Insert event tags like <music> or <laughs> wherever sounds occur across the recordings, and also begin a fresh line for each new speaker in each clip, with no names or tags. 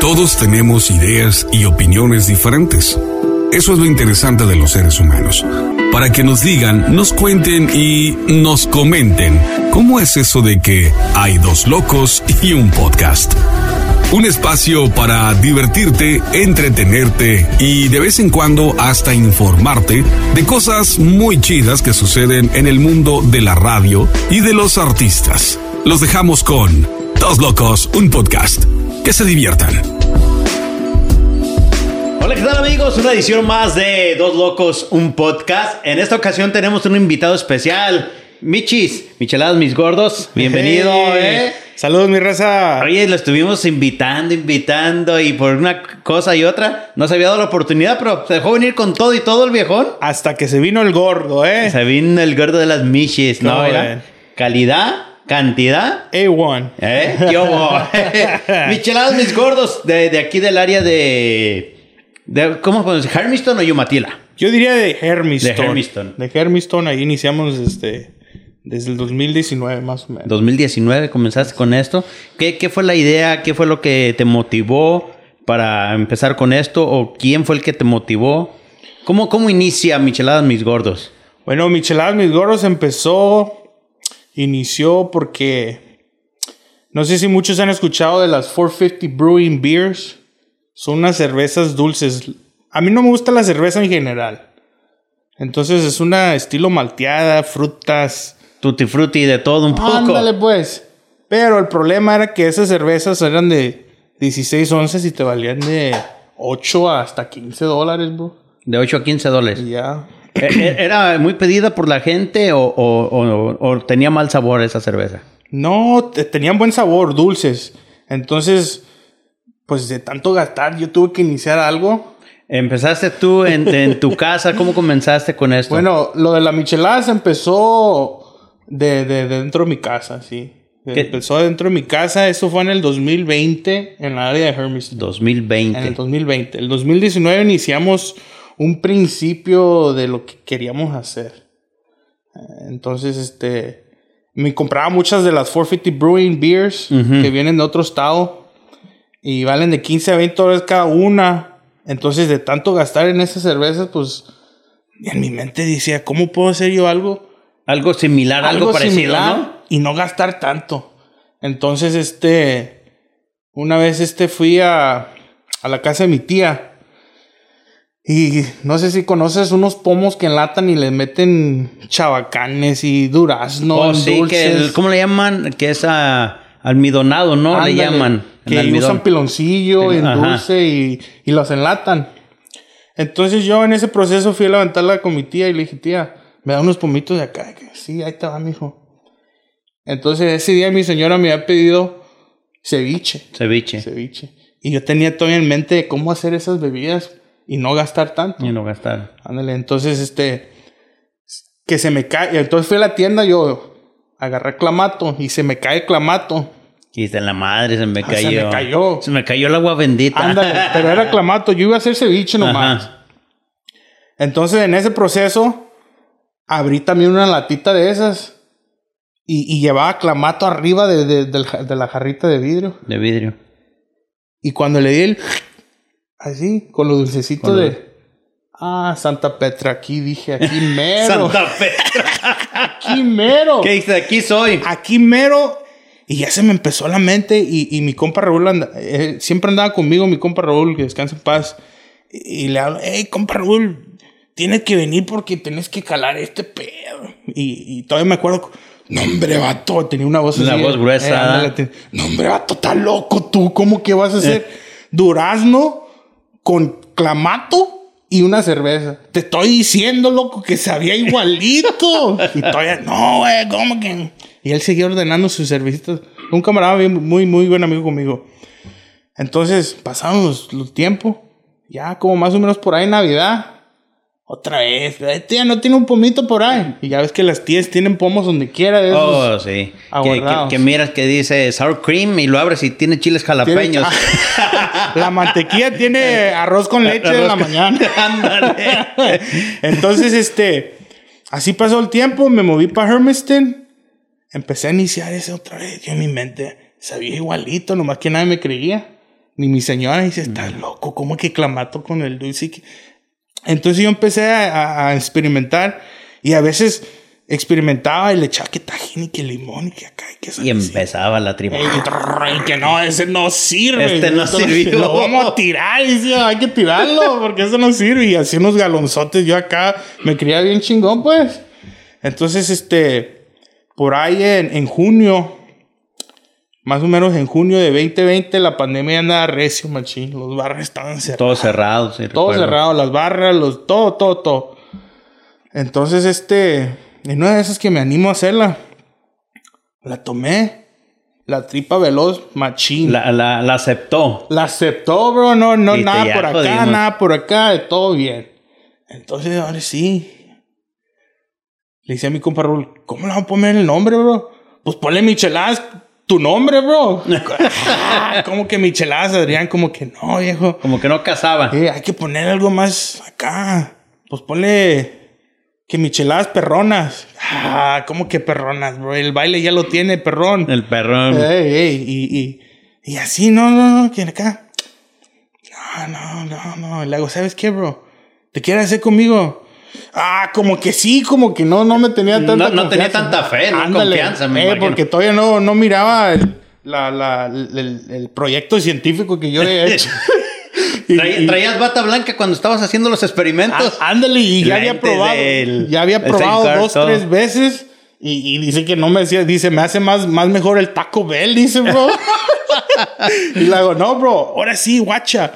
Todos tenemos ideas y opiniones diferentes. Eso es lo interesante de los seres humanos. Para que nos digan, nos cuenten y nos comenten cómo es eso de que hay dos locos y un podcast. Un espacio para divertirte, entretenerte y de vez en cuando hasta informarte de cosas muy chidas que suceden en el mundo de la radio y de los artistas. Los dejamos con Dos Locos, un podcast. Que se diviertan.
Hola, ¿qué tal amigos? Una edición más de Dos Locos, un podcast. En esta ocasión tenemos un invitado especial. Michis, micheladas, mis gordos, bienvenido.
Hey.
eh.
Saludos, mi raza.
Oye, lo estuvimos invitando, invitando y por una cosa y otra no se había dado la oportunidad, pero se dejó venir con todo y todo el viejón.
Hasta que se vino el gordo, ¿eh?
Se vino el gordo de las michis, ¿no?
No,
era?
eh.
Calidad, cantidad
A1.
¿Eh? ¿Qué hubo? <laughs>
<laughs>
Micheladas, mis gordos, de, de aquí del área de. de- ¿Cómo podemos decir? ¿Hermiston o Yumatila?
Yo diría de Hermiston.
De Hermiston.
De Hermiston, ahí iniciamos este, desde el 2019 más o menos.
2019 comenzaste con esto. ¿Qué, ¿Qué fue la idea? ¿Qué fue lo que te motivó para empezar con esto? ¿O quién fue el que te motivó? ¿Cómo, cómo inicia Micheladas, mis gordos?
Bueno, Micheladas Mis Gorros empezó, inició porque no sé si muchos han escuchado de las 450 Brewing Beers. Son unas cervezas dulces. A mí no me gusta la cerveza en general. Entonces es una estilo malteada, frutas,
Tutti frutti de todo un poco.
Ándale, pues. Pero el problema era que esas cervezas eran de 16 onzas y te valían de 8 hasta 15 dólares, bro.
De 8 a 15 dólares.
Y ya.
Eh, eh, ¿Era muy pedida por la gente o, o- o- o tenía mal sabor esa cerveza?
No, te- tenían buen sabor, dulces. Entonces, pues de tanto gastar, yo tuve que iniciar algo.
Empezaste tú en, en
<laughs>
tu casa, ¿cómo comenzaste con esto?
Bueno, lo de la michelada se empezó de, de- de dentro de mi casa, sí.
¿Qué?
Empezó dentro de mi casa. Eso fue en el 2020 en la área de Hermiston.
2020.
En el 2020. El 2019 iniciamos un principio de lo que queríamos hacer. Eh, Entonces, este. Me compraba muchas de las 450 Brewing Beers
Ujú.
que vienen de otro estado y valen de 15 a 20 dólares cada una. Entonces, de tanto gastar en esas cervezas, pues en mi mente decía, ¿cómo puedo hacer yo algo?
algo similar, algo, parecido, ¿no?
y no gastar tanto. Entonces, este, una vez este fui a, a la casa de mi tía y no sé si conoces unos pomos que enlatan y les meten chabacanes y durazno,
Oh, sí, que el-
dulces.
¿cómo le llaman? Que es ah, almidonado, ¿no?
Ah, Ándale,
le llaman. el
Que
almidón.
usan piloncillo,
Pil-
en
ajá.
dulce y, y los enlatan. Entonces yo en ese proceso fui a levantarla con mi tía y le dije, tía, me da unos pomitos de acá. Y que, sí, ahí te va, mijo. Entonces ese día mi señora me había pedido ceviche.
Ceviche.
Ceviche. Y yo tenía todavía en mente cómo hacer esas bebidas y no gastar tanto.
Y no gastar.
Ándale, entonces este. Que se me cae. Entonces fui a la tienda, yo agarré clamato y se me cae clamato.
Y de la madre se me
Ah, se
cayó.
me cayó.
Se me cayó el agua bendita.
<laughs> Ándale,
<laughs>
pero era clamato, yo iba a hacer ceviche nomás.
Ajá.
Entonces, en ese proceso, abrí también una latita de esas y, y llevaba clamato arriba de, de- del ja- de la jarrita de vidrio.
De vidrio.
Y cuando le di el. Así, con lo dulcecito
Con lo-
de. Ah, Santa Petra, aquí dije,
<laughs>
aquí mero.
Santa
<laughs>
Fe.
aquí mero.
¿Qué dices? Aquí soy.
Aquí mero. Y ya se me empezó la mente. Y, y mi compa Raúl anda- eh, siempre andaba conmigo, mi compa Raúl, que descansa en paz. Y, y le hablo, hey, compa Raúl, tienes que venir porque tienes que calar este pedo. Y, y todavía me acuerdo, no, hombre, vato, tenía una voz
Una
así, eh,
voz gruesa,
ándale,
¿ah?
te- no, hombre, vato, estás loco tú, ¿cómo que vas a hacer durazno con clamato? Y una cerveza. Te estoy diciendo, loco, que sabía igualito. y todavía, no, güey, ¿cómo que? Y él seguía ordenando sus servicios. Un camarada bien- muy, muy buen amigo conmigo. Entonces, pasaron los, los tiempos. Ya, como más o menos por ahí, Navidad. Otra vez, "Ay, tía, no tiene un pomito por ahí. Y ya ves que las tías tienen pomos donde quiera. De esos.
Oh, sí. Que, que,
aguardados.
que miras que dice sour cream y lo abres y tiene chiles jalapeños. <laughs>
La mantequilla <laughs> tiene arroz con leche de la mañana.
<laughs>
<laughs>
Ándale.
Entonces, este, así pasó el tiempo, me moví para Hermiston, empecé a iniciar ese otra vez, yo en mi mente sabía igualito, nomás que nadie me creía. Ni mi señora dice, estás loco, ¿cómo que clamato con el dulce? que-?" Entonces yo empecé a, a- a experimentar y a veces experimentaba y le echaba que tajín y que limón y que acá y que
Y empezaba la tribu.
Ey, que trrr, y que no, ese no sirve.
Este no
Esto
sirvió.
Lo vamos a tirar. y sí, hay que tirarlo porque eso no sirve. Y así unos galonzotes. Yo acá me cría bien chingón, pues. Entonces, este, por ahí en, en junio, más o menos en junio de 2020, la pandemia andaba recio, machín. Los barrios estaban cerrados.
Todo cerrado. sí,
Todo
recuerdo.
cerrado, las barras, los, todo, todo, todo. Entonces, este, en una de esas que me animo a hacerla, la tomé. La tripa veloz, machín. La,
La, la, la aceptó.
aceptó, bro. No, no,
Dijiste,
nada
"Ya
por acá,
jodimos".
nada por acá, todo bien. Entonces, ahora sí. Le hice a mi compa Raúl, ¿cómo le vamos a poner el nombre, bro? Pues ponle micheladas tu nombre, bro. <laughs> Ah, ¿Cómo que micheladas, Adrián? Como que no, viejo.
Como que no casaba.
Eh, hay que poner algo más acá. Pues ponle que micheladas perronas. Ah, ¿cómo que perronas, bro? El baile ya lo tiene, perrón.
El perrón.
Ey, ey, y, y, y así, no, no, no, que acá. No, no, no, no. Le hago, ¿sabes qué, bro? ¿Te quieres hacer conmigo? Ah, como que sí, como que no, no me tenía tanta
No- no tenía
confianza.
tanta fe, no confianza, me
Eh,
imagino.
porque todavía no, no miraba el, la- la- el- el proyecto científico que yo le
<laughs>
he hecho. Y-
Traí-
y-
traías bata blanca cuando estabas haciendo los experimentos.
Ah, ándale, y ya había
Lentes
probado.
del-
ya había
del
probado
safeguard,
dos,
todo.
tres veces. Y, y dice que no me decía, dice, me hace más, más mejor el Taco Bell,
<laughs>
dice, bro. y le digo, no, bro, ahora sí, guacha.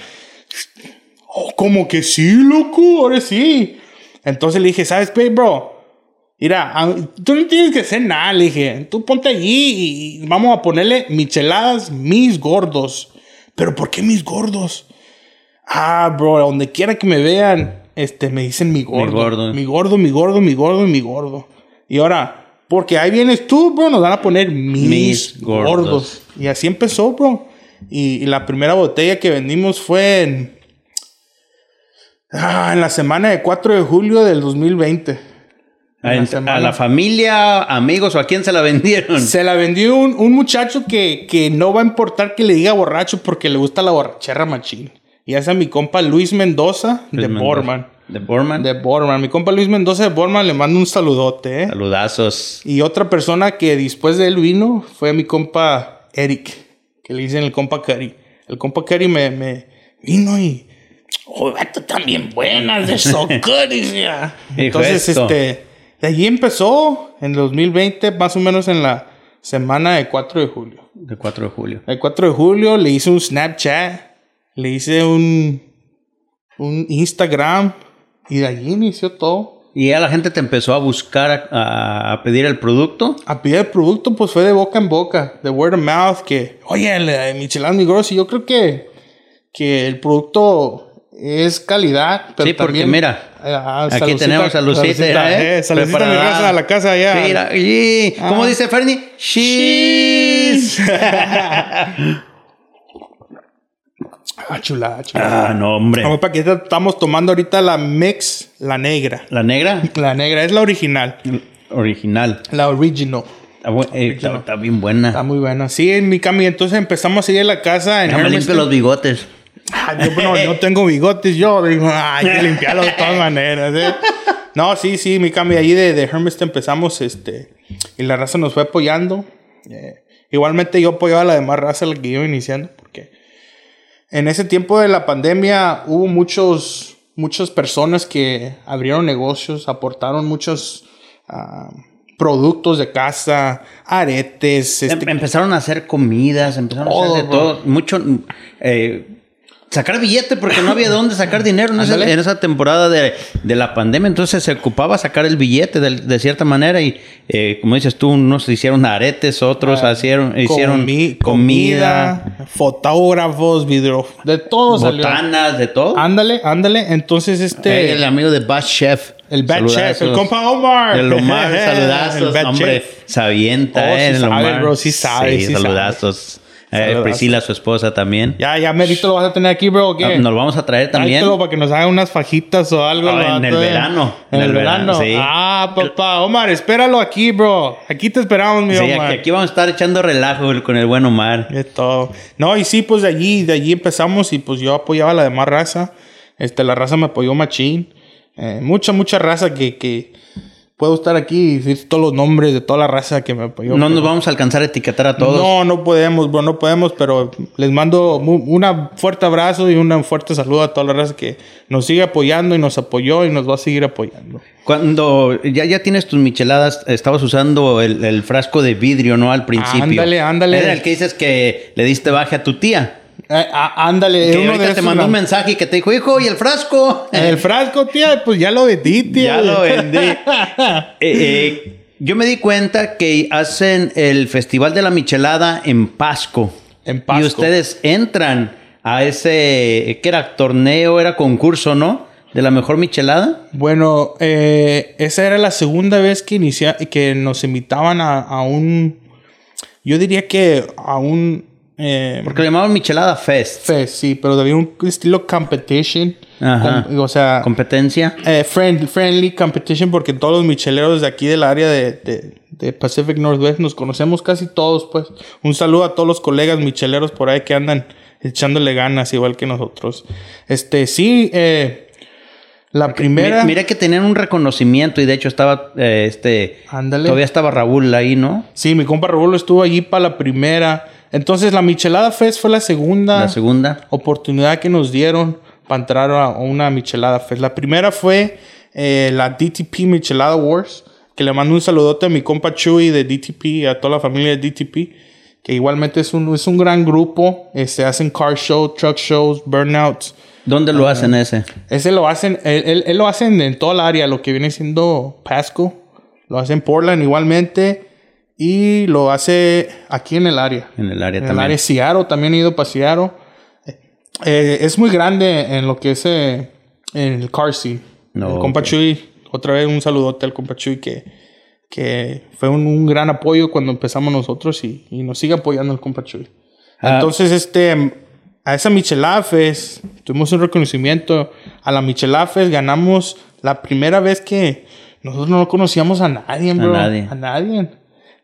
Oh, como que sí, loco, ahora sí. Entonces le dije, ¿sabes qué, bro? Mira, a- tú no tienes que hacer nada, le dije. Tú ponte allí y, y vamos a ponerle micheladas mis gordos. Pero ¿por qué mis gordos? Ah, bro, a donde quiera que me vean, este, me dicen mi gordo. Mi
gordo.
gordo. Mi gordo, mi gordo, mi gordo, mi gordo. Y ahora, porque ahí vienes tú, bro, nos van a poner mis,
Mis gordos.
gordos. Y así empezó, bro. Y, y la primera botella que vendimos fue en, ah, en la semana de 4 de julio del 2020.
A,
En la
ah, a
semana.
la familia, amigos o a quién se la vendieron. <laughs>
Se la vendió un, un muchacho que, que no va a importar que le diga borracho porque le gusta la borrachera machín. Y ese es mi compa Luis Mendoza de
Mendoza.
Borman.
Pues De Borman.
De Borman. Mi compa Luis Mendoza de Borman le mando un saludote. ¿eh?
Saludazos.
Y otra persona que después de él vino fue mi compa Eric, que le dicen el compa Cari. El compa Cari me, me vino y. ¡Oh, vato, también buenas de soccer! decía.
Dijo
Entonces,
esto.
este. De allí empezó en 2020, más o menos en la semana de 4 de julio.
De 4 de julio.
El 4 de julio le hice un Snapchat, le hice un, un Instagram y de allí inició todo.
Y ya la gente te empezó a buscar, a, a pedir el producto.
a pedir el producto, pues fue de boca en boca, de word of mouth, que, oye, el Michelin mi grosso, yo creo que, que el producto es calidad, pero
Sí, porque
también-
mira,
Ah,
Aquí
saludcita,
tenemos a Lucita.
Saludcita, eh, saludcita a mi
preparada.
raza, a la casa allá.
Mira, y- ¿Cómo
Ah.
dice Fernie? Cheese.
Ah, chulada,
<laughs>
chulada.
Ah, no, hombre.
Vamos para que esta- estamos tomando ahorita la mix, la negra.
La negra.
La negra es la original,
Original.
la original.
Está, bu- eh, está- está bien buena.
Está muy buena. Sí, en mi cami, entonces empezamos así en la casa. En
Déjame
Hermiston.
limpio los bigotes.
Ah, yo no, no tengo bigotes, yo digo, "Ah, hay que limpiarlo de todas maneras. ¿eh?" No, sí, sí, mi cambio ahí de, de Hermes empezamos, este, y la raza nos fue apoyando. Eh, igualmente yo apoyaba a la demás raza, la que iba iniciando, porque en ese tiempo de la pandemia hubo muchos, muchas personas que abrieron negocios, aportaron muchos ah, productos de casa, aretes,
Em-
este,
Empezaron a hacer comidas, empezaron a
Todo,
hacer de
bro.
todo. Mucho. eh, sacar billete porque no había de dónde sacar dinero en esa,
Ándale.
en esa temporada de, de la pandemia. Entonces se ocupaba sacar el billete de, de cierta manera. Y eh, como dices tú, unos hicieron aretes, otros
Ah,
hicieron, hicieron
comi-
comida,
fotógrafos, video, de todo salió.
botanas, de todo.
Ándale, ándale. Entonces,
Ahí
este.
el amigo de Bad Chef.
el Bad Chef, el
Saludazos.
compa Omar.
El
<laughs>
Omar, saludazos,
El Bad
hombre.
Chef.
Sabienta,
Oh,
eh,
sí
el
sabe,
Omar.
bro, sí sabe, sí sabe.
saludazos. Eh, Priscila, su esposa también. Ah,
Ya, ya, Merito lo vas a tener aquí, bro. ¿o ¿qué?
Nos lo vamos a traer también.
Tráetelo para que nos haga unas fajitas o algo.
Ah,
lo
en
vato,
el
eh.
verano.
En el, verano.
sí.
Ah, papá. Omar, espéralo aquí, bro. Aquí te esperamos, mi
Sí,
Omar.
aquí, aquí vamos a estar echando relajo con el buen Omar.
De todo. No, y sí, pues de allí, de allí empezamos y pues yo apoyaba a la demás raza. Este, la raza me apoyó machín. Eh, mucha, mucha raza que, que puedo estar aquí y decir todos los nombres de toda la raza que me apoyó.
No
pero-
nos vamos a alcanzar a etiquetar a todos.
No, no podemos, bro, no podemos, pero les mando mu- una fuerte abrazo y un fuerte saludo a toda la raza que nos sigue apoyando y nos apoyó y nos va a seguir apoyando.
Cuando ya, ya tienes tus micheladas, estabas usando el, el frasco de vidrio, ¿no? Al principio.
Ándale, ándale.
Era el que dices que le diste baje a tu tía.
Eh, a- ándale,
Que
uno
ahorita
de
te
esos,
mandó
la-
un mensaje y que te dijo, hijo, ¿y el frasco?
El frasco, tía, pues ya lo vendí,
Ya
tía.
lo vendí. Eh,
<laughs>
eh, yo me di cuenta que hacen el Festival de la Michelada en Pasco.
En Pasco.
Y ustedes entran a ese, ¿qué era? Torneo, era concurso, ¿no? De la mejor Michelada.
Bueno, eh, esa era la segunda vez que, inicia, que nos invitaban a, a un. Yo diría que a un. eh,
Porque lo llamaban Michelada Fest.
fest, sí, pero había un estilo competition.
Ajá.
Com- o sea,
Competencia.
eh, friend- friendly competition, porque todos los micheleros de aquí del área de, de- de Pacific Northwest nos conocemos casi todos, pues. Un saludo a todos los colegas micheleros por ahí que andan echándole ganas, igual que nosotros. Este, sí, eh, la primera.
Mira, mira que tenían un reconocimiento y de hecho estaba, eh, este,
Ándale.
todavía estaba Raúl ahí, ¿no?
Sí, mi compa Raúl estuvo allí para la primera. Entonces, la Michelada Fest fue la segunda,
La segunda.
oportunidad que nos dieron para entrar a una Michelada Fest. La primera fue eh, la DTP Michelada Wars, que le mando un saludote a mi compa Chuy de DTP y a toda la familia de DTP, que igualmente es un, es un gran grupo. Este, hacen car show, truck shows, burnouts.
¿Dónde
Ah.
lo hacen ese?
Ese lo hacen, él, él- él lo hacen en toda la área, lo que viene siendo Pasco. Lo hacen Portland igualmente. Y lo hace aquí en el área.
En el área
En el
también.
área Seattle, también he ido para Seattle. Eh, es muy grande en lo que es eh, en el car scene.
No,
el compa
ok.
Chuy, otra vez un saludote al compa Chuy que, que fue un, un gran apoyo cuando empezamos nosotros y, y nos sigue apoyando el compa Chuy.
Ah.
Entonces, este, a esa Michelada Fest, tuvimos un reconocimiento. A la Michelada Fest ganamos la primera vez que nosotros no conocíamos a nadie, bro.
nadie.
A nadie.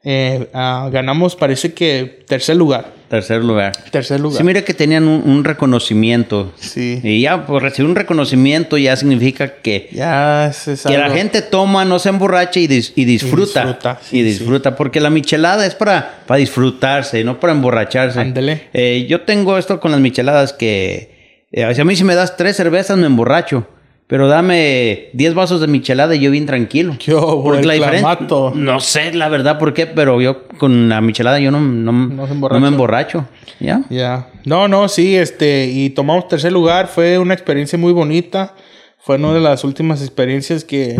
Eh, ah, ganamos, parece que tercer lugar.
Tercer lugar.
Tercer lugar.
Sí, mira que tenían un, un reconocimiento.
Sí.
Y ya, pues recibir un reconocimiento ya significa que,
Ya es- es
que la
algo-
gente toma, no se emborracha y, dis- y disfruta.
Y disfruta, sí,
Y disfruta, porque la michelada es para, para disfrutarse, no para emborracharse.
Ándele.
Eh, yo tengo esto con las micheladas que eh, o sea, a mí si me das tres cervezas me emborracho. Pero dame 10 vasos de michelada y yo bien tranquilo.
¿Qué hubo, el
diferen-
clamato?
No sé la verdad por qué, pero yo con la michelada yo no, no,
No se emborracha.
no me emborracho. ¿Ya?
Ya. No, no, sí, este, y tomamos tercer lugar. Fue una experiencia muy bonita. Fue una de las últimas experiencias que,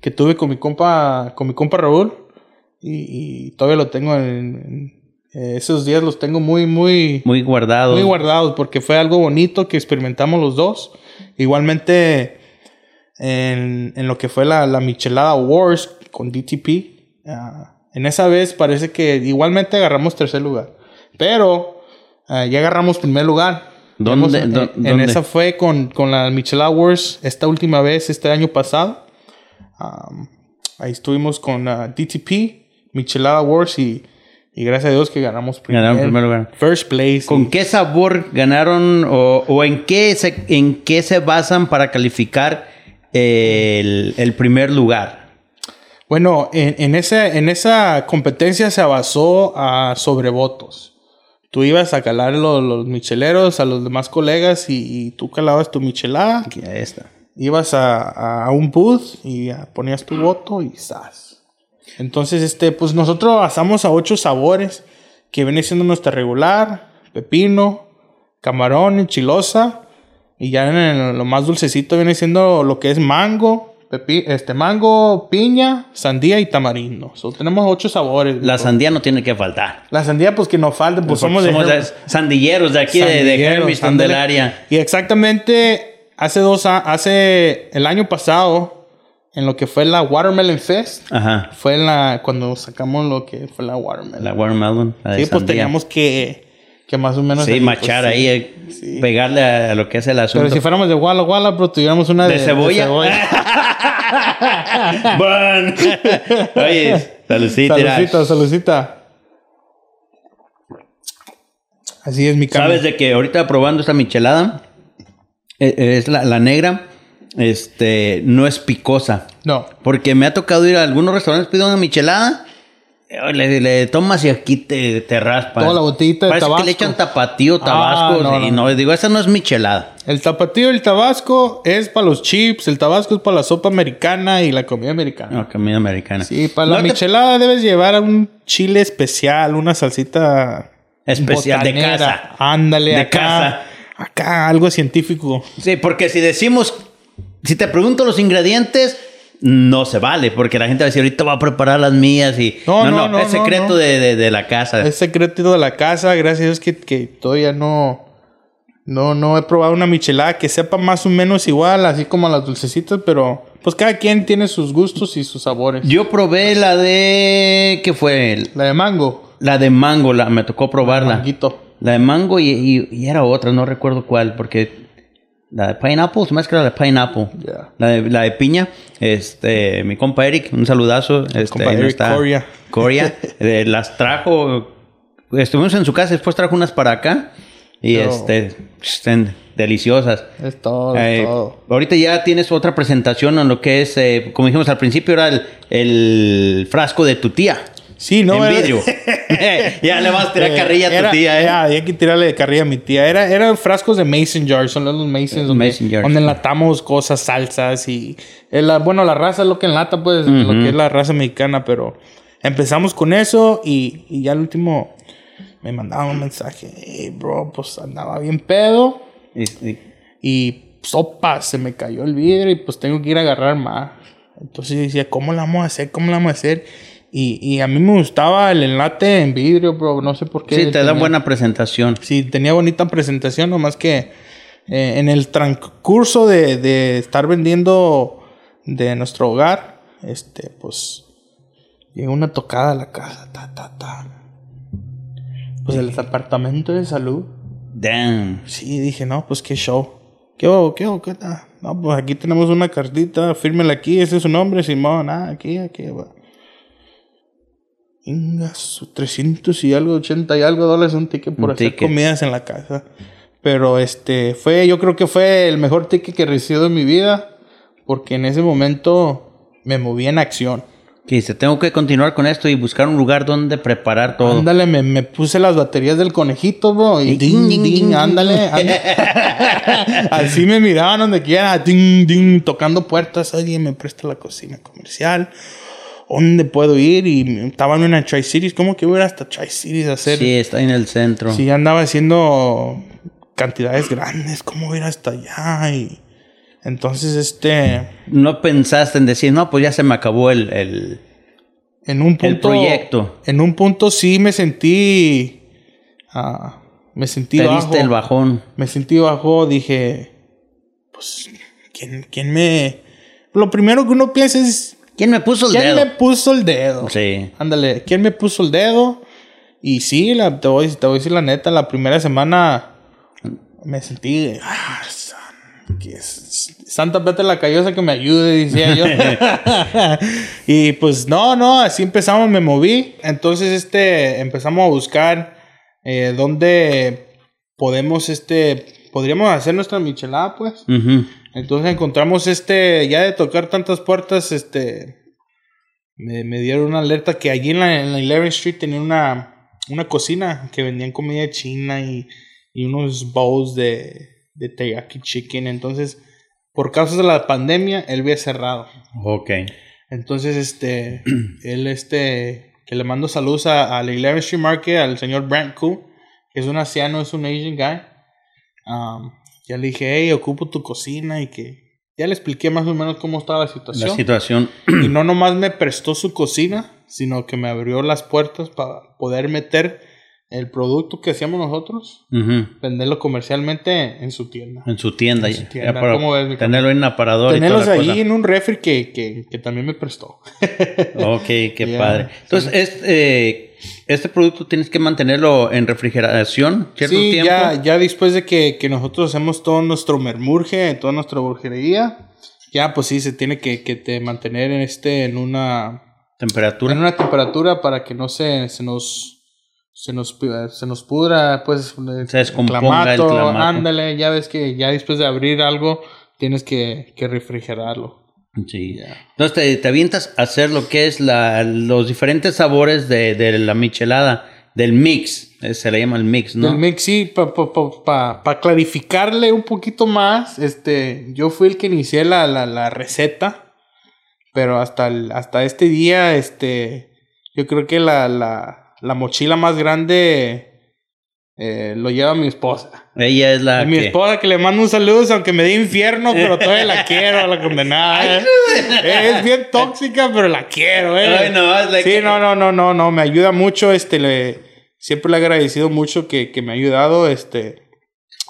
que tuve con mi compa, con mi compa Raúl. Y, y todavía lo tengo en, en- eh, esos días los tengo muy, muy,
Muy guardado.
muy guardados porque fue algo bonito que experimentamos los dos. Igualmente, en, en lo que fue la, la Michelada Wars con DTP, ah, en esa vez parece que igualmente agarramos tercer lugar, pero ah, ya agarramos primer lugar.
¿Dónde?
Hemos-
¿Dó-
en,
dónde?
esa fue con, con la Michelada Wars esta última vez, este año pasado. Um, ahí estuvimos con ah, DTP, Michelada Wars y, y gracias a Dios que ganamos
Ganaron primer lugar.
First place.
¿Con qué sabor ganaron o, o en, qué se, en qué se basan para calificar el, el primer lugar?
Bueno, en, en, esa, en esa competencia se basó a sobre votos. Tú ibas a calar lo- los, micheleros, a los demás colegas y, y tú calabas tu michelada.
Aquí está.
Ibas a, a un booth y ah, ponías tu voto y ¡zas! Entonces, este, pues nosotros basamos a ocho sabores que viene siendo nuestra regular, pepino, camarón, enchilosa y ya en el- lo más dulcecito viene siendo lo que es mango, pepi- este mango, piña, sandía y tamarindo. So, tenemos ocho sabores.
La
Nico.
sandía no tiene que faltar.
La sandía, pues que nos falte, pues
Somos,
somos de Herb-
de- sandilleros de aquí, de- de
Sandilleros,
Hermiston, del
ándale.
área.
Y exactamente hace dos a- hace el año pasado en lo que fue la Watermelon Fest
Ajá.
fue la cuando sacamos lo que fue la Watermelon.
La watermelon. La de
sí, pues
sandía.
teníamos que Que más o menos.
Sí,
ahí, pues,
machar
sí.
ahí, eh,
Sí.
pegarle a lo que es el asunto.
Pero si fuéramos de Walla Walla, bro, tuviéramos una
¿De
de,
cebolla? <laughs>
<laughs>
Burn. Oye, saludcita.
Salucita, salucita. Así es mi cambio.
Sabes de que ahorita probando esta michelada, eh, eh, es la, la negra, este, no es picosa.
No.
Porque me ha tocado ir a algunos restaurantes, pido una michelada, eh, le, le tomas y aquí te, te raspa.
Toda la botellita de
Parece que
tabasco.
le echan tapatío, tabasco,
Ah, no,
y
no.
no, digo, esa no es michelada.
El tapatío, el tabasco es para los chips, el tabasco es para la sopa americana y la comida americana.
No, comida americana.
Sí, para la
No te-
michelada debes llevar un chile especial, una salsita
Especial, de
botanera.
casa.
Ándale,
De
acá.
casa.
Acá, algo científico.
Sí, porque si decimos, si te pregunto los ingredientes, no se vale, porque la gente va a decir, ahorita va a preparar las mías y...
No, no, no,
es
no,
secreto
no.
De, de- de la casa.
Es secreto de la casa, gracias a Dios que, que todavía no. No, no he probado una michelada que sepa más o menos igual, así como las dulcecitas, pero pues cada quien tiene sus gustos y sus sabores.
Yo probé la de... ¿Qué fue?
La de mango,
La de mango, la, me tocó probarla.
manguito.
La de mango y, y- y era otra, no recuerdo cuál, porque la de pineapple, se me hace que era la de pineapple.
Ya.
La, de, la de piña, este, mi compa Eric, un saludazo. Este,
compa
ahí no
Eric
está.
Coria. <laughs>
Coria, eh, las trajo, estuvimos en su casa, después trajo unas para acá y
No.
este, estén deliciosas.
Es todo,
Eh,
es todo.
ahorita ya tienes otra presentación en lo que es, eh, como dijimos al principio, era el, el frasco de tu tía.
Sí, no,
en
era- <laughs>
vidrio. <laughs> ya le vas a tirar
Eh,
carrilla a
era-
tu tía, eh.
era- había que tirarle de carrilla a mi tía. Era, eran frascos de mason jars, son los masons donde,
mason jars.
donde enlatamos cosas, salsas y... eh, la- bueno, la raza es lo que enlata, pues, lo que es la raza mexicana, pero empezamos con eso y, y ya al último me mandaba un mensaje. Hey, bro, pues andaba bien pedo
Y- y-
y sopa, se me cayó el vidrio y pues tengo que ir a agarrar más. Entonces yo decía, ¿cómo la vamos a hacer? ¿Cómo la vamos a hacer? Y, y a mí me gustaba el enlate en vidrio, bro, no sé por qué.
Sí, te da
Tenía-
buena presentación.
Sí, tenía bonita presentación, nomás que eh, en el transcurso de, de estar vendiendo de nuestro hogar, este, pues llegó una tocada a la casa, ta, ta, ta. Pues el departamento de salud.
Damn.
Sí, dije, no, pues qué show. ¿Qué hubo? ¿Qué hubo? ¿Qué tal? No, pues aquí tenemos una cartita, fírmela aquí, ese es su nombre, Simón, ah, aquí, aquí, va. Inga, su 300 y algo, 80 y algo dólares un ticket por
Un
hacer
ticket.
comidas en la casa. Pero este, fue, yo creo que fue el mejor ticket que recibido en mi vida, porque en ese momento me moví en acción.
Que dice, tengo que continuar con esto y buscar un lugar donde preparar todo.
Ándale, me, me puse las baterías del conejito, bro. Y
ding,
ding,
ding,
ding,
ding, <laughs>
ándale. ándale. <laughs> Así me miraban donde quiera. Ding, ding, tocando puertas. Oye, me presta la cocina comercial. ¿Dónde puedo ir? Y me- estaba en una Tri-Cities. ¿Cómo que voy a ir hasta Tri-Cities a hacer?
Sí, está en el centro.
Sí, andaba haciendo cantidades grandes. ¿Cómo voy a ir hasta allá? Y entonces, este...
No pensaste en decir, no, pues ya se me acabó el... el...
En un punto.
proyecto.
En un punto sí me sentí. ah, me sentí
Te
bajo.
diste el bajón.
Me sentí bajo. Dije. Pues. ¿Quién, quién me.? Lo primero que uno piensa es.
¿Quién me puso el
¿Quién
dedo?
me puso el dedo?
Sí.
Ándale, ¿quién me puso el dedo? Y sí, la- te, voy, te voy a decir la neta, la primera semana me sentí. ah, san- que s- Santa Petra la callosa que me ayude, decía yo. y pues no, no, así empezamos, me moví. Entonces, este, empezamos a buscar eh, dónde podemos, este, podríamos hacer nuestra michelada, pues.
Ujú.
Entonces encontramos este, ya de tocar tantas puertas, este, me, me dieron una alerta que allí en la, en la 11th Street tenía una, una cocina que vendían comida china y, y unos bowls de, de teriyaki chicken. Entonces, por causa de la pandemia, él había cerrado.
Ok. <clears throat>
Entonces, este, él, este, que le mando saludos a, a la 11th Street Market, al señor Brent Koo, que es un asiano, es un Asian guy. Um, ya le dije, hey, ocupo tu cocina y que... Ya le expliqué más o menos cómo estaba la
La
situación.
situación...
y no nomás me prestó su cocina, sino que me abrió las puertas para poder meter el producto que hacíamos nosotros,
Ujú.
venderlo comercialmente en su tienda.
En su tienda.
En su
ya-
tienda.
ya para
¿Cómo ves, mi
tenerlo en un aparador. y toda
Tenerlos
la
ahí
cosa.
en un refri que, que, que también me prestó.
Ok, qué
Ya,
padre. Entonces, es, eh, este producto tienes que mantenerlo en refrigeración cierto
sí,
tiempo.
Ya, ya después de que, que nosotros hacemos todo nuestro mermurje, toda nuestra brujería, ya pues sí, se tiene que, que te mantener en este, en una,
Temperatura.
en una temperatura para que no se, se nos se nos, pu- se nos pudra, pues
Se descomponga el clamato.
ándale, ya ves que ya después de abrir algo tienes que, que refrigerarlo.
Sí. Entonces te, te avientas a hacer lo que es la, los diferentes sabores de, de la michelada, del mix. eh, Se le llama el mix, ¿no?
El mix, sí, para clarificarle un poquito más, este, yo fui el que inicié la, la, la receta, pero hasta, el- hasta este día, este, yo creo que la, la, la mochila más grande eh, lo lleva mi esposa.
Ella es la
Y mi
que-
esposa que le mando un saludo, aunque me dé infierno, pero todavía
<laughs>
la quiero, a la condenada. ¿eh? es bien tóxica, pero la quiero, ¿eh?
Ay, no, es la
sí,
que-
no, no, no, no, no, me ayuda mucho, este, le, siempre le he agradecido mucho que, que me ha ayudado, este,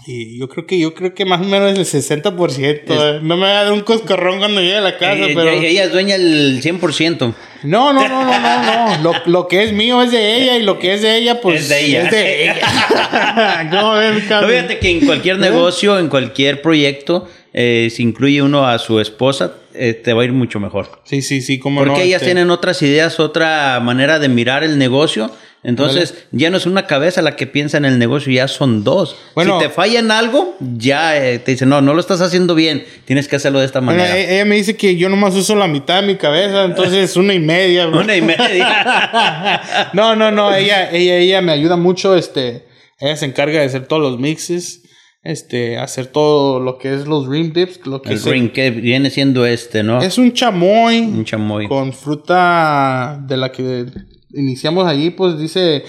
y yo creo que, yo creo que más o menos el 60%, ¿eh? no me va a dar un coscorrón cuando llegue a la casa,
ella,
pero...
ella es dueña del 100%.
No, no, no, no, no, no. Lo, lo que es mío es de ella y lo que es de ella, pues...
Es de ella. <laughs>
Es de <laughs> ella. ¿Eh? ¿Cómo ves,
No,
Carlos?
fíjate que en cualquier negocio, en cualquier proyecto, eh, si incluye uno a su esposa, eh, te va a ir mucho mejor.
Sí, sí, sí, como
Porque
no.
ellas
este,
tienen otras ideas, otra manera de mirar el negocio. Entonces, ya no es una cabeza la que piensa en el negocio, ya son dos.
Bueno.
si te falla en algo, ya eh, te dicen, no, no lo estás haciendo bien, tienes que hacerlo de esta
Bueno,
manera.
e- ella me dice que yo nomás uso la mitad de mi cabeza, entonces una y
<laughs>
media. bro.
<laughs> Una y media.
No, no, no, ella, ella, ella me ayuda mucho, este, ella se encarga de hacer todos los mixes, este, hacer todo lo que es los rim dips, lo <laughs>
<laughs>
que
el
es,
ring que viene siendo este, ¿no?
eh, es un chamoy,
Un chamoy.
con fruta de la que iniciamos allí, pues dice,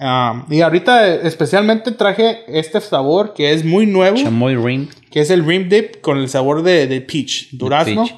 ah, y ahorita especialmente traje este sabor que es muy nuevo.
Chamoy ring.
que es el rim dip con el sabor de, de peach, durazno.
peach.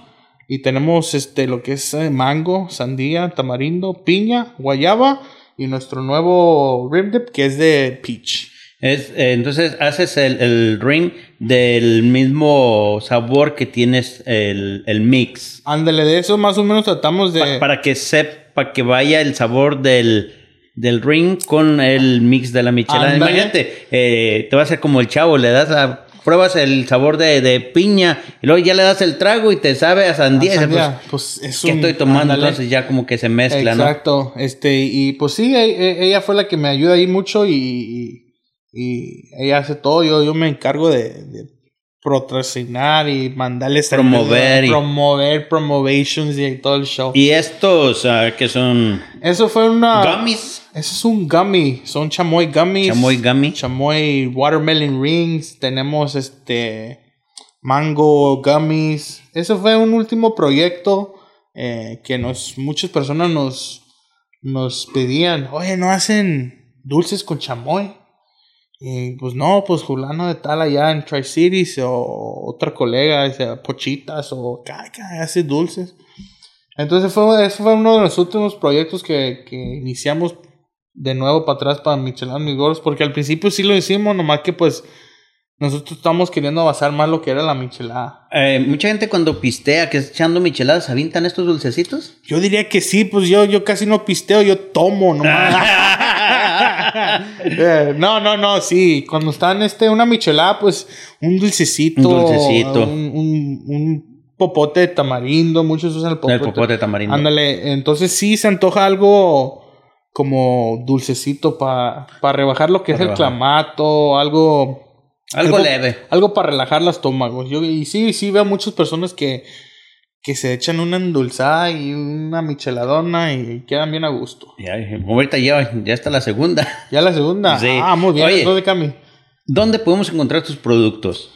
Y tenemos este lo que es eh, mango, sandía, tamarindo, piña, guayaba y nuestro nuevo rim dip que es de peach.
Es, eh, entonces haces el, el ring del mismo sabor que tienes el, el mix.
Ándale, de eso más o menos tratamos de...
Pa- para que sepa que vaya el sabor del, del ring con el mix de la michelada.
Ándale.
Imagínate, eh, te va a hacer como el chavo, le das a, pruebas el sabor de, de piña y luego ya le das el trago y te sabe a sandía.
Ah,
Y dices,
sandía,
pues,
pues, es
¿Qué
un-
estoy tomando?
ándale.
Entonces ya como que se mezcla,
Exacto. Este, y pues sí, e- e- ella fue la que me ayuda ahí mucho y, y- y ella hace todo. Yo, yo me encargo de, de patrocinar y mandarles el-
Promover y-
promover, promotions y todo el show.
¿no? Y estos ah, que son
Eso fue una.
gummies.
Eso es un gummy. Son chamoy gummies.
Chamoy gummy.
Chamoy watermelon rings. Tenemos este. Mango gummies. Eso fue un último proyecto eh, que nos, muchas personas nos, nos pedían. Oye, ¿no hacen dulces con chamoy? Y pues no, pues Julano de tal allá en Tri-Cities o otra colega, dice, Pochitas o caca, hace dulces. Entonces fue, eso fue uno de los últimos proyectos que, que iniciamos de nuevo para atrás para Michelin Migoros, porque al principio sí lo hicimos, nomás que pues nosotros estamos queriendo basar más lo que era la michelada.
Eh, mucha gente cuando pistea, que es echando micheladas, ¿se avientan estos dulcecitos?
<laughs>
<laughs>
Yo diría que sí, pues yo, yo casi no pisteo, yo tomo nomás. Ah. Eh, no, no, no, sí, cuando están este, una michelada, pues un dulcecito,
Un dulcecito.
un, un- un popote de tamarindo, muchos usan el popote.
El popote de tamarindo.
Ándale, entonces sí se antoja algo como dulcecito para rebajar lo que es el
rebajar.
clamato, algo...
Algo leve.
Algo para relajar los estómagos. Yo, y sí, sí veo muchas personas que, que se echan una endulzada y una micheladona y quedan bien a gusto.
Ya, eh, ahorita ya, ya está la segunda. <laughs>
Ya la segunda.
Sí.
Ah, muy bien.
Oye.
entonces, Cami.
¿Dónde podemos encontrar tus productos?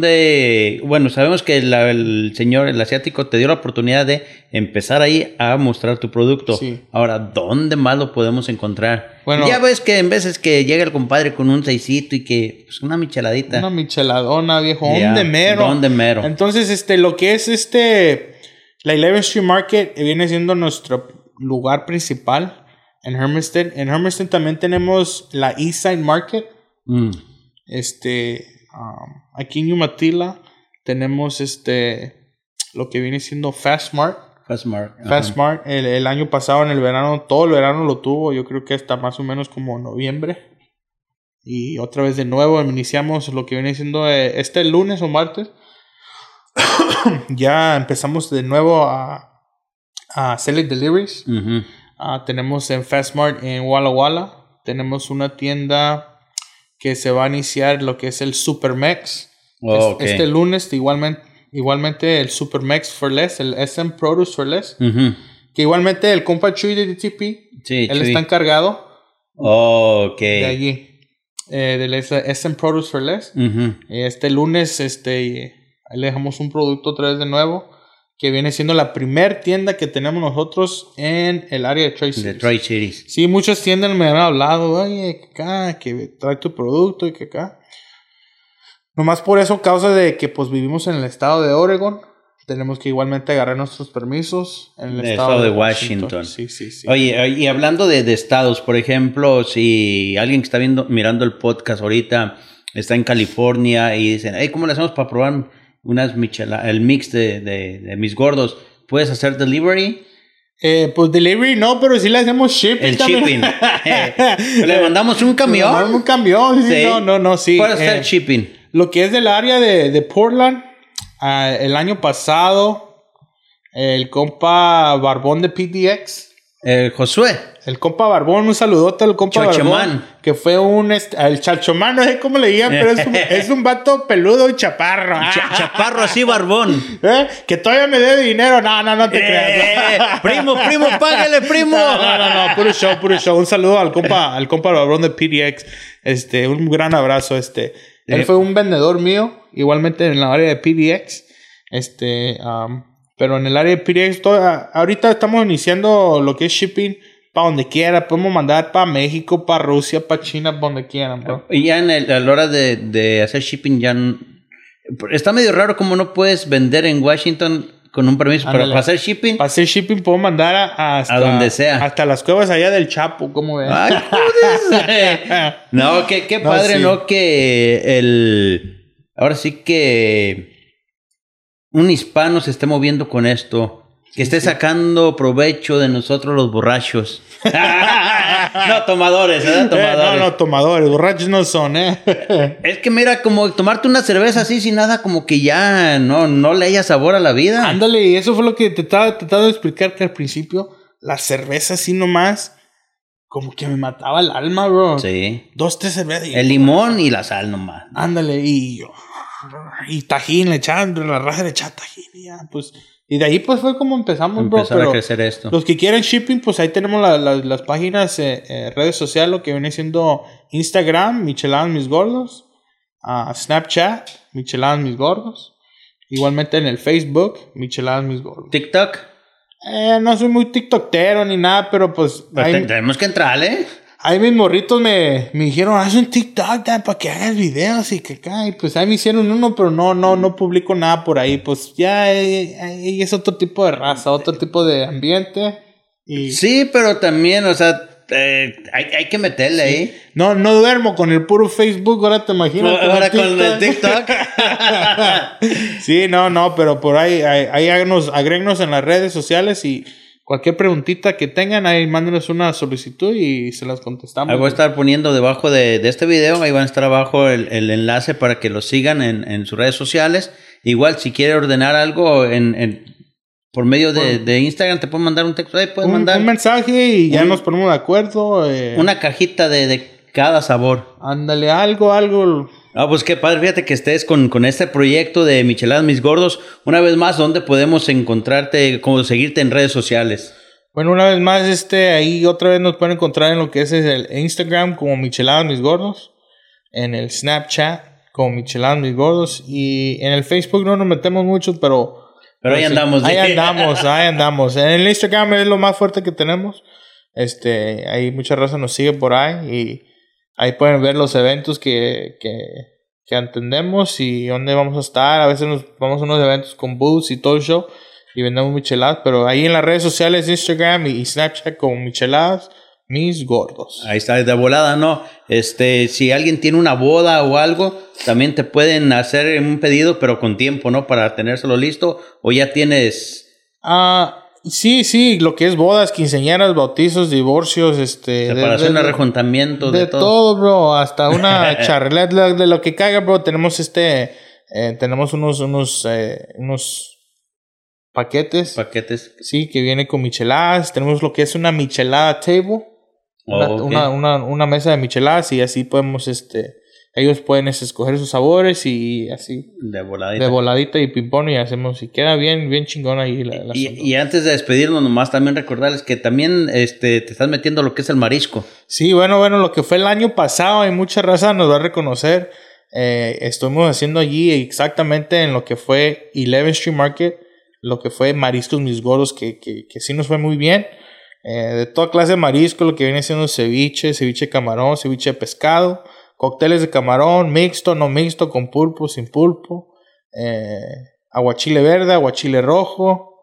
¿Dónde? Bueno, sabemos que la- el señor, el asiático, te dio la oportunidad de empezar ahí a mostrar tu producto.
Sí.
Ahora, ¿dónde más lo podemos encontrar?
Bueno.
ya ves que en veces que llega el compadre con un seisito y que, pues, una micheladita.
Una micheladona, viejo.
Ya,
¿Dónde mero?
¿dónde mero?
Entonces, este, lo que es este, la 11th Street Market eh, viene siendo nuestro lugar principal en Hermiston. En Hermiston también tenemos la East Side Market.
Mm.
Este, um, aquí en Umatilla tenemos este, lo que viene siendo Fast Mart.
Fastmark. ajá.
Fastmark, el, el año pasado en el verano, todo el verano lo tuvo, yo creo que hasta más o menos como noviembre. Y otra vez de nuevo iniciamos lo que viene siendo eh, este lunes o martes. <coughs> ya empezamos de nuevo a, a Select Deliveries.
Ujú.
Ah, tenemos en Fastmart en Walla Walla. Tenemos una tienda que se va a iniciar lo que es el Supermex.
Oh,
Es-
ok.
Este lunes igualmente, igualmente el Supermex for Less, el SM Produce for Less.
Ujú.
Que igualmente el compa Chuy de DTP,
Sí,
él
Chuy.
está encargado
Ok.
de allí, eh, del SM Produce for Less.
Ujú.
Este lunes, este, ahí le dejamos un producto otra vez de nuevo, que viene siendo la primer tienda que tenemos nosotros en el área de Troy City.
Detroit City.
Sí, muchas tiendas me han hablado, oye, que acá, que trae tu producto y que acá. Nomás por eso, causa de que pues vivimos en el estado de Oregon, tenemos que igualmente agarrar nuestros permisos en el, estado, de Washington. Sí, sí, sí.
Oye, oye, y hablando de, de estados, por ejemplo, si alguien que está viendo, mirando el podcast ahorita está en California y dicen, hey, ¿cómo le hacemos para probar unas michela, el mix de, de- de mis gordos? ¿Puedes hacer delivery?
Eh, pues delivery no, pero sí le hacemos shipping.
El
también.
shipping.
<laughs>
¿Le mandamos un
Le mandamos
camión?
Un camión, sí, No, no, no, sí.
¿Puedes hacer
eh,
shipping?
Lo que es del área de, de Portland, ah, el año pasado, el compa Barbón de PDX,
Eh, Josué.
el compa Barbón, un saludote al compa
Chachomán.
Barbón, que fue un, est- el chachomán, no sé cómo le digan, pero es
<laughs>
un, es un vato peludo y chaparro, ah,
Cha- chaparro así, barbón.
¿eh? que todavía me debe dinero, no, no, no <laughs> te
Eh,
creas.
primo, primo, págale, primo.
No, no, no, no, puro show, puro show. Un saludo al compa, al compa Barbrón de PDX. Este, un gran abrazo. Este, él
Eh.
fue un vendedor mío, igualmente en la área de PDX. Este, am, pero en el área de PDX, to- a- ahorita estamos iniciando lo que es shipping para donde quiera. Podemos mandar para México, para Rusia, para China, pa' donde quieran, bro.
Y ya en el- a la hora de, de hacer shipping, ya. n- Está medio raro como no puedes vender en Washington con un permiso, pero
Ándale.
para hacer shipping.
Para hacer shipping, puedo mandar a, a Ah, hasta,
A donde sea.
Hasta las cuevas allá del Chapo, como ves.
<laughs> Ay, joder. no, qué, qué
No,
padre,
sí.
¿no? Que el. Ahora sí que. Un hispano se esté moviendo con esto. Que esté sacando provecho de nosotros los
<laughs>
borrachos. <laughs> no, tomadores, ¿verdad?
Eh,
Tomadores.
no, no, tomadores, borrachos no son, <laughs> eh.
Es que mira, como tomarte una cerveza así sin nada, como que ya no, no le haya sabor a la vida.
Ándale, y eso fue lo que te estaba tratando de explicar que al principio la cerveza así nomás como que me mataba el alma, bro.
Sí.
Dos, tres cervezas. y-
El limón y la sal nomás.
Ándale, y yo. Y tajín, le echaban, la raja le echaba tajín y ya, pues. Y de ahí pues fue como empezamos,
Empezar
bro.
a
pero
crecer esto.
los que quieren shipping, pues ahí tenemos la- la- las páginas, eh, eh, redes sociales, lo que viene siendo Instagram, Micheladas Mis Gordos, ah, Snapchat, Micheladas Mis Gordos, igualmente en el Facebook, Micheladas Mis Gordos.
TikTok.
Eh, no soy muy tiktokero ni nada, pero pues
Pues te-
ahí,
tenemos que entrar, ¿eh?
ahí mis morritos me, me dijeron, haz un TikTok dad, para que hagas videos y que acá. Y pues ahí me hicieron uno, pero no, no, no publico nada por ahí. Pues ya eh, ahí es otro tipo de raza, otro tipo de ambiente. Y
Sí, pero también, o sea, eh, hay, hay que meterle ahí.
no, no duermo con el puro Facebook, ahora te imagino.
Ahora con el TikTok.
<laughs> Sí, no, no, pero por ahí, ahí, ahí háganos- agréguenos en las redes sociales y cualquier preguntita que tengan, ahí mándenos una solicitud y se las contestamos.
Ahí voy a estar poniendo debajo de, de este video, ahí van a estar abajo el, el enlace para que lo sigan en, en sus redes sociales. Igual, si quiere ordenar algo en, en- por medio de, de Instagram, te pueden mandar un texto, ahí pueden
un,
mandar
un mensaje y ya
un-
nos ponemos de acuerdo. eh,
una cajita de, de cada sabor.
Ándale, algo, algo.
Ah, pues qué padre, fíjate que estés con, con este proyecto de Micheladas Mis Gordos. Una vez más, ¿dónde podemos encontrarte, conseguirte en redes sociales?
Bueno, una vez más, este, ahí otra vez nos pueden encontrar en lo que es el Instagram como Micheladas Mis Gordos, en el Snapchat como Micheladas Mis Gordos y en el Facebook no nos metemos mucho, pero... pues
Pero ahí
sí,
andamos. <laughs>
Ahí
dije.
andamos, ahí andamos. En el Instagram es lo más fuerte que tenemos. Este, ahí mucha raza nos sigue por ahí y ahí pueden ver los eventos que, que, que entendemos y dónde vamos a estar. A veces nos vamos a unos eventos con booths y todo el show y vendemos micheladas, pero ahí en las redes sociales, Instagram y Snapchat con micheladas, mis gordos.
Ahí está, de volada, ¿no? Este, si alguien tiene una boda o algo, también te pueden hacer un pedido, pero con tiempo, ¿no? Para tenérselo listo. O ya tienes.
Ah, Sí, sí, lo que es bodas, quinceañeras, bautizos, divorcios, este.
Separación, arrejuntamiento,
de, todo. bro. Hasta una charleta de lo que caga, bro. Tenemos este. eh, tenemos unos, unos, eh, unos paquetes.
Paquetes.
sí, que viene con micheladas. Tenemos lo que es una michelada table. Una,
Oh, ok.
una, una- una mesa de micheladas y así podemos, este. Ellos pueden es, escoger sus sabores y así.
De voladita.
De voladita y ping-pong y hacemos. Y queda bien, bien chingón ahí la, el
y,
asunto.
y antes de despedirnos, nomás también recordarles que también este, te estás metiendo lo que es el marisco.
Sí, bueno, bueno, lo que fue el año pasado y mucha raza nos va a reconocer. Eh, estuvimos haciendo allí exactamente en lo que fue 11 Street Market, lo que fue Mariscos Mis Goros, que, que, que sí nos fue muy bien. Eh, de toda clase de marisco, lo que viene siendo ceviche, ceviche de camarón, ceviche de pescado, cócteles de camarón, mixto, no mixto, con pulpo, sin pulpo, eh, aguachile verde, aguachile rojo,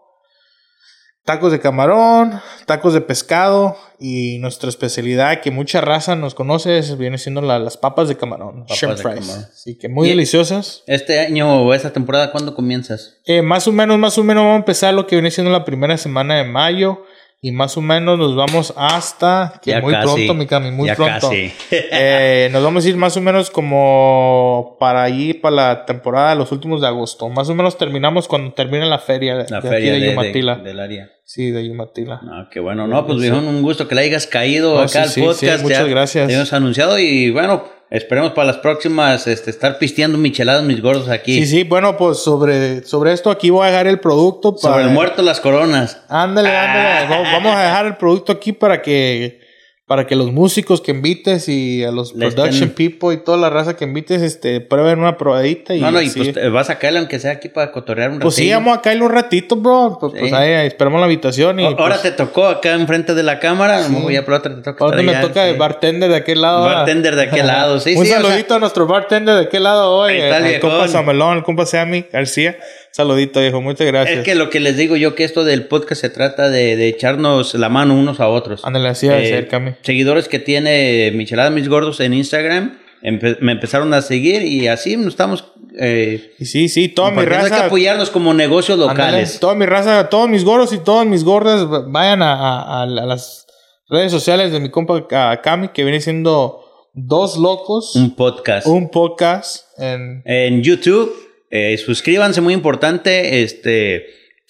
tacos de camarón, tacos de pescado y nuestra especialidad que mucha raza nos conoce es- viene siendo la- las papas de camarón,
Papas
shrimp
de
fries.
camarón.
Así que muy
Y-
deliciosas.
Este año o esta temporada, ¿cuándo comienzas?
Eh, más o menos, más o menos vamos a empezar lo que viene siendo la primera semana de mayo y más o menos nos vamos hasta que
Ya
muy
casi,
pronto, mi Cami, muy
ya
pronto.
casi.
<laughs> Eh, nos vamos a ir más o menos como para allí, para la temporada, los últimos de agosto. Más o menos terminamos cuando termina la feria de,
La
de aquí
feria
de
de- de-
Yumatila.
del área.
Sí, de Yumatila.
Ah, qué bueno, no, pues viejón, un gusto que le hayas caído
No,
acá
sí,
al
sí, sí,
podcast.
muchas
ya
gracias.
Te hemos anunciado y bueno, esperemos para las próximas este, estar pisteando micheladas mis gordos aquí.
Sí, sí, bueno, pues sobre, sobre esto aquí voy a dejar el producto para...
Sobre el muerto las coronas.
Ándale,
Ah.
ándale. Vamos- Vamos a dejar el producto aquí para que para que los músicos que invites y a los
Les
production people y toda la raza que invites este prueben una probadita y
no, no, y
así.
pues te- vas a caerle aunque sea aquí para cotorrear un
Pues sí,
ratillo.
vamos a caerle un ratito, bro. Pues,
Sí.
pues ahí ahí esperamos la habitación y
O- Ahora
pues,
te tocó acá enfrente de la cámara, a lo mejor ya por otra te toca
ahora
estar
me
allá,
toca de
sí.
bartender de aquel lado. ahora.
Bartender de aquel lado, sí,
<laughs> un
sí, o
saludito a nuestro bartender de aquel lado hoy,
Ahí está el
el compa
viejón.
Samelón, el compa Sammy García. Saludito, viejo, muchas gracias.
Es que lo que les digo yo, que esto del podcast se trata de, de echarnos la mano unos a otros.
Ándale, así de
Eh,
cercame.
Seguidores que tiene Michelada Mis Gordos en Instagram empe- me empezaron a seguir y así nos estamos. Eh,
Y sí, sí, toda mi
compartiendo. Hay que pues
raza.
apoyarnos como negocios
Ándale,
locales.
Toda mi raza, todos mis gordos y todas mis gordas, va- vayan a, a- a la- a las redes sociales de mi compa a Cami, que viene siendo Dos Locos,
Un podcast.
un podcast. En,
En YouTube, eh, suscríbanse, muy importante. Este.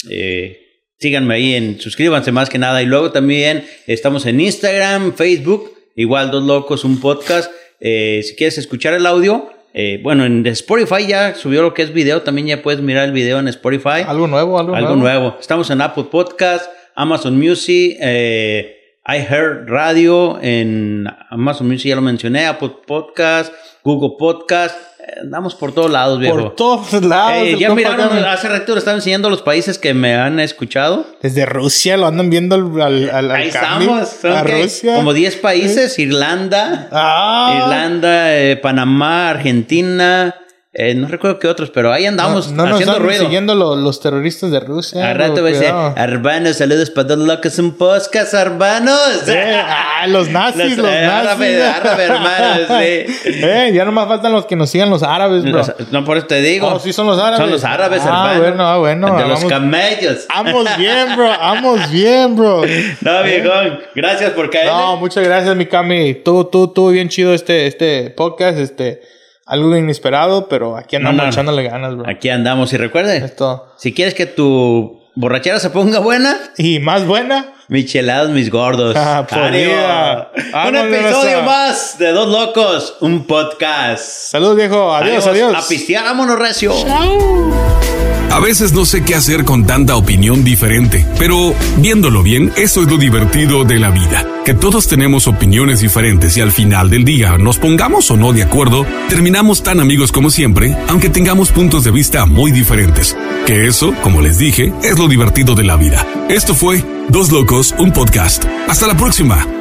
eh, síganme ahí en suscríbanse más que nada. Y luego también estamos en Instagram, Facebook, igual Dos Locos, un podcast. Eh, si quieres escuchar el audio, eh, bueno, en Spotify ya subió lo que es video, también ya puedes mirar el video en Spotify.
algo nuevo, algo,
Algo nuevo. Estamos en Apple Podcast, Amazon Music, eh, iHeart Radio, en Amazon Music ya lo mencioné, Apple Podcast, Google Podcast. eh, Andamos por todos lados, viejo.
Por todos lados.
Eh,
el
ya
compa
miraron,
Cami.
hace ratito le estaba enseñando los países que me han escuchado.
Desde Rusia lo andan viendo al, al, al- al
Ahí
Cami,
estamos.
a
son que
Rusia.
Como 10 países, Irlanda,
Ah.
Irlanda, eh, Panamá, Argentina, eh, no recuerdo qué otros, pero ahí
No,
andamos
no nos
haciendo
andan
ruido.
siguiendo lo- los terroristas de Rusia.
Al rato
bro,
voy a decir,
cuidado.
hermanos, saludos para todos los que son podcast, <laughs> hermanos.
Eh, ah, los nazis, los,
Los- eh, árabe,
nazis.
árabe, hermanos, sí.
<laughs> Eh, ya nomás faltan los que nos sigan los árabes, bro.
Los- no, por eso te digo.
Oh, sí son los árabes.
Son los árabes,
Ah,
hermano.
bueno, ah, bueno,
De
vamos. Ah,
los camellos.
Vamos bien, bro. Vamos bien, bro.
No, viejón. Gracias por caer.
¿eh? No, muchas gracias, mi Cami. Tú, tú, tú, bien chido este, este podcast. Este, algo inesperado, pero aquí andamos
No, no, no.
echándole ganas, bro.
Aquí andamos. Y recuerde,
Esto.
si quieres que tu borrachera se ponga buena,
Y más buena.
michelados mis gordos.
<laughs> Ah, por
Ánimo.
vida.
Un
Vámonos,
episodio
raza.
más de Dos Locos, un podcast.
Saludos, viejo. Adiós, adiós.
A pistear, vámonos, recio.
A veces no sé qué hacer con tanta opinión diferente, pero viéndolo bien, eso es lo divertido de la vida, que todos tenemos opiniones diferentes y al final del día, nos pongamos o no de acuerdo, terminamos tan amigos como siempre, aunque tengamos puntos de vista muy diferentes. Que eso, como les dije, es lo divertido de la vida. Esto fue Dos Locos, un podcast. Hasta la próxima.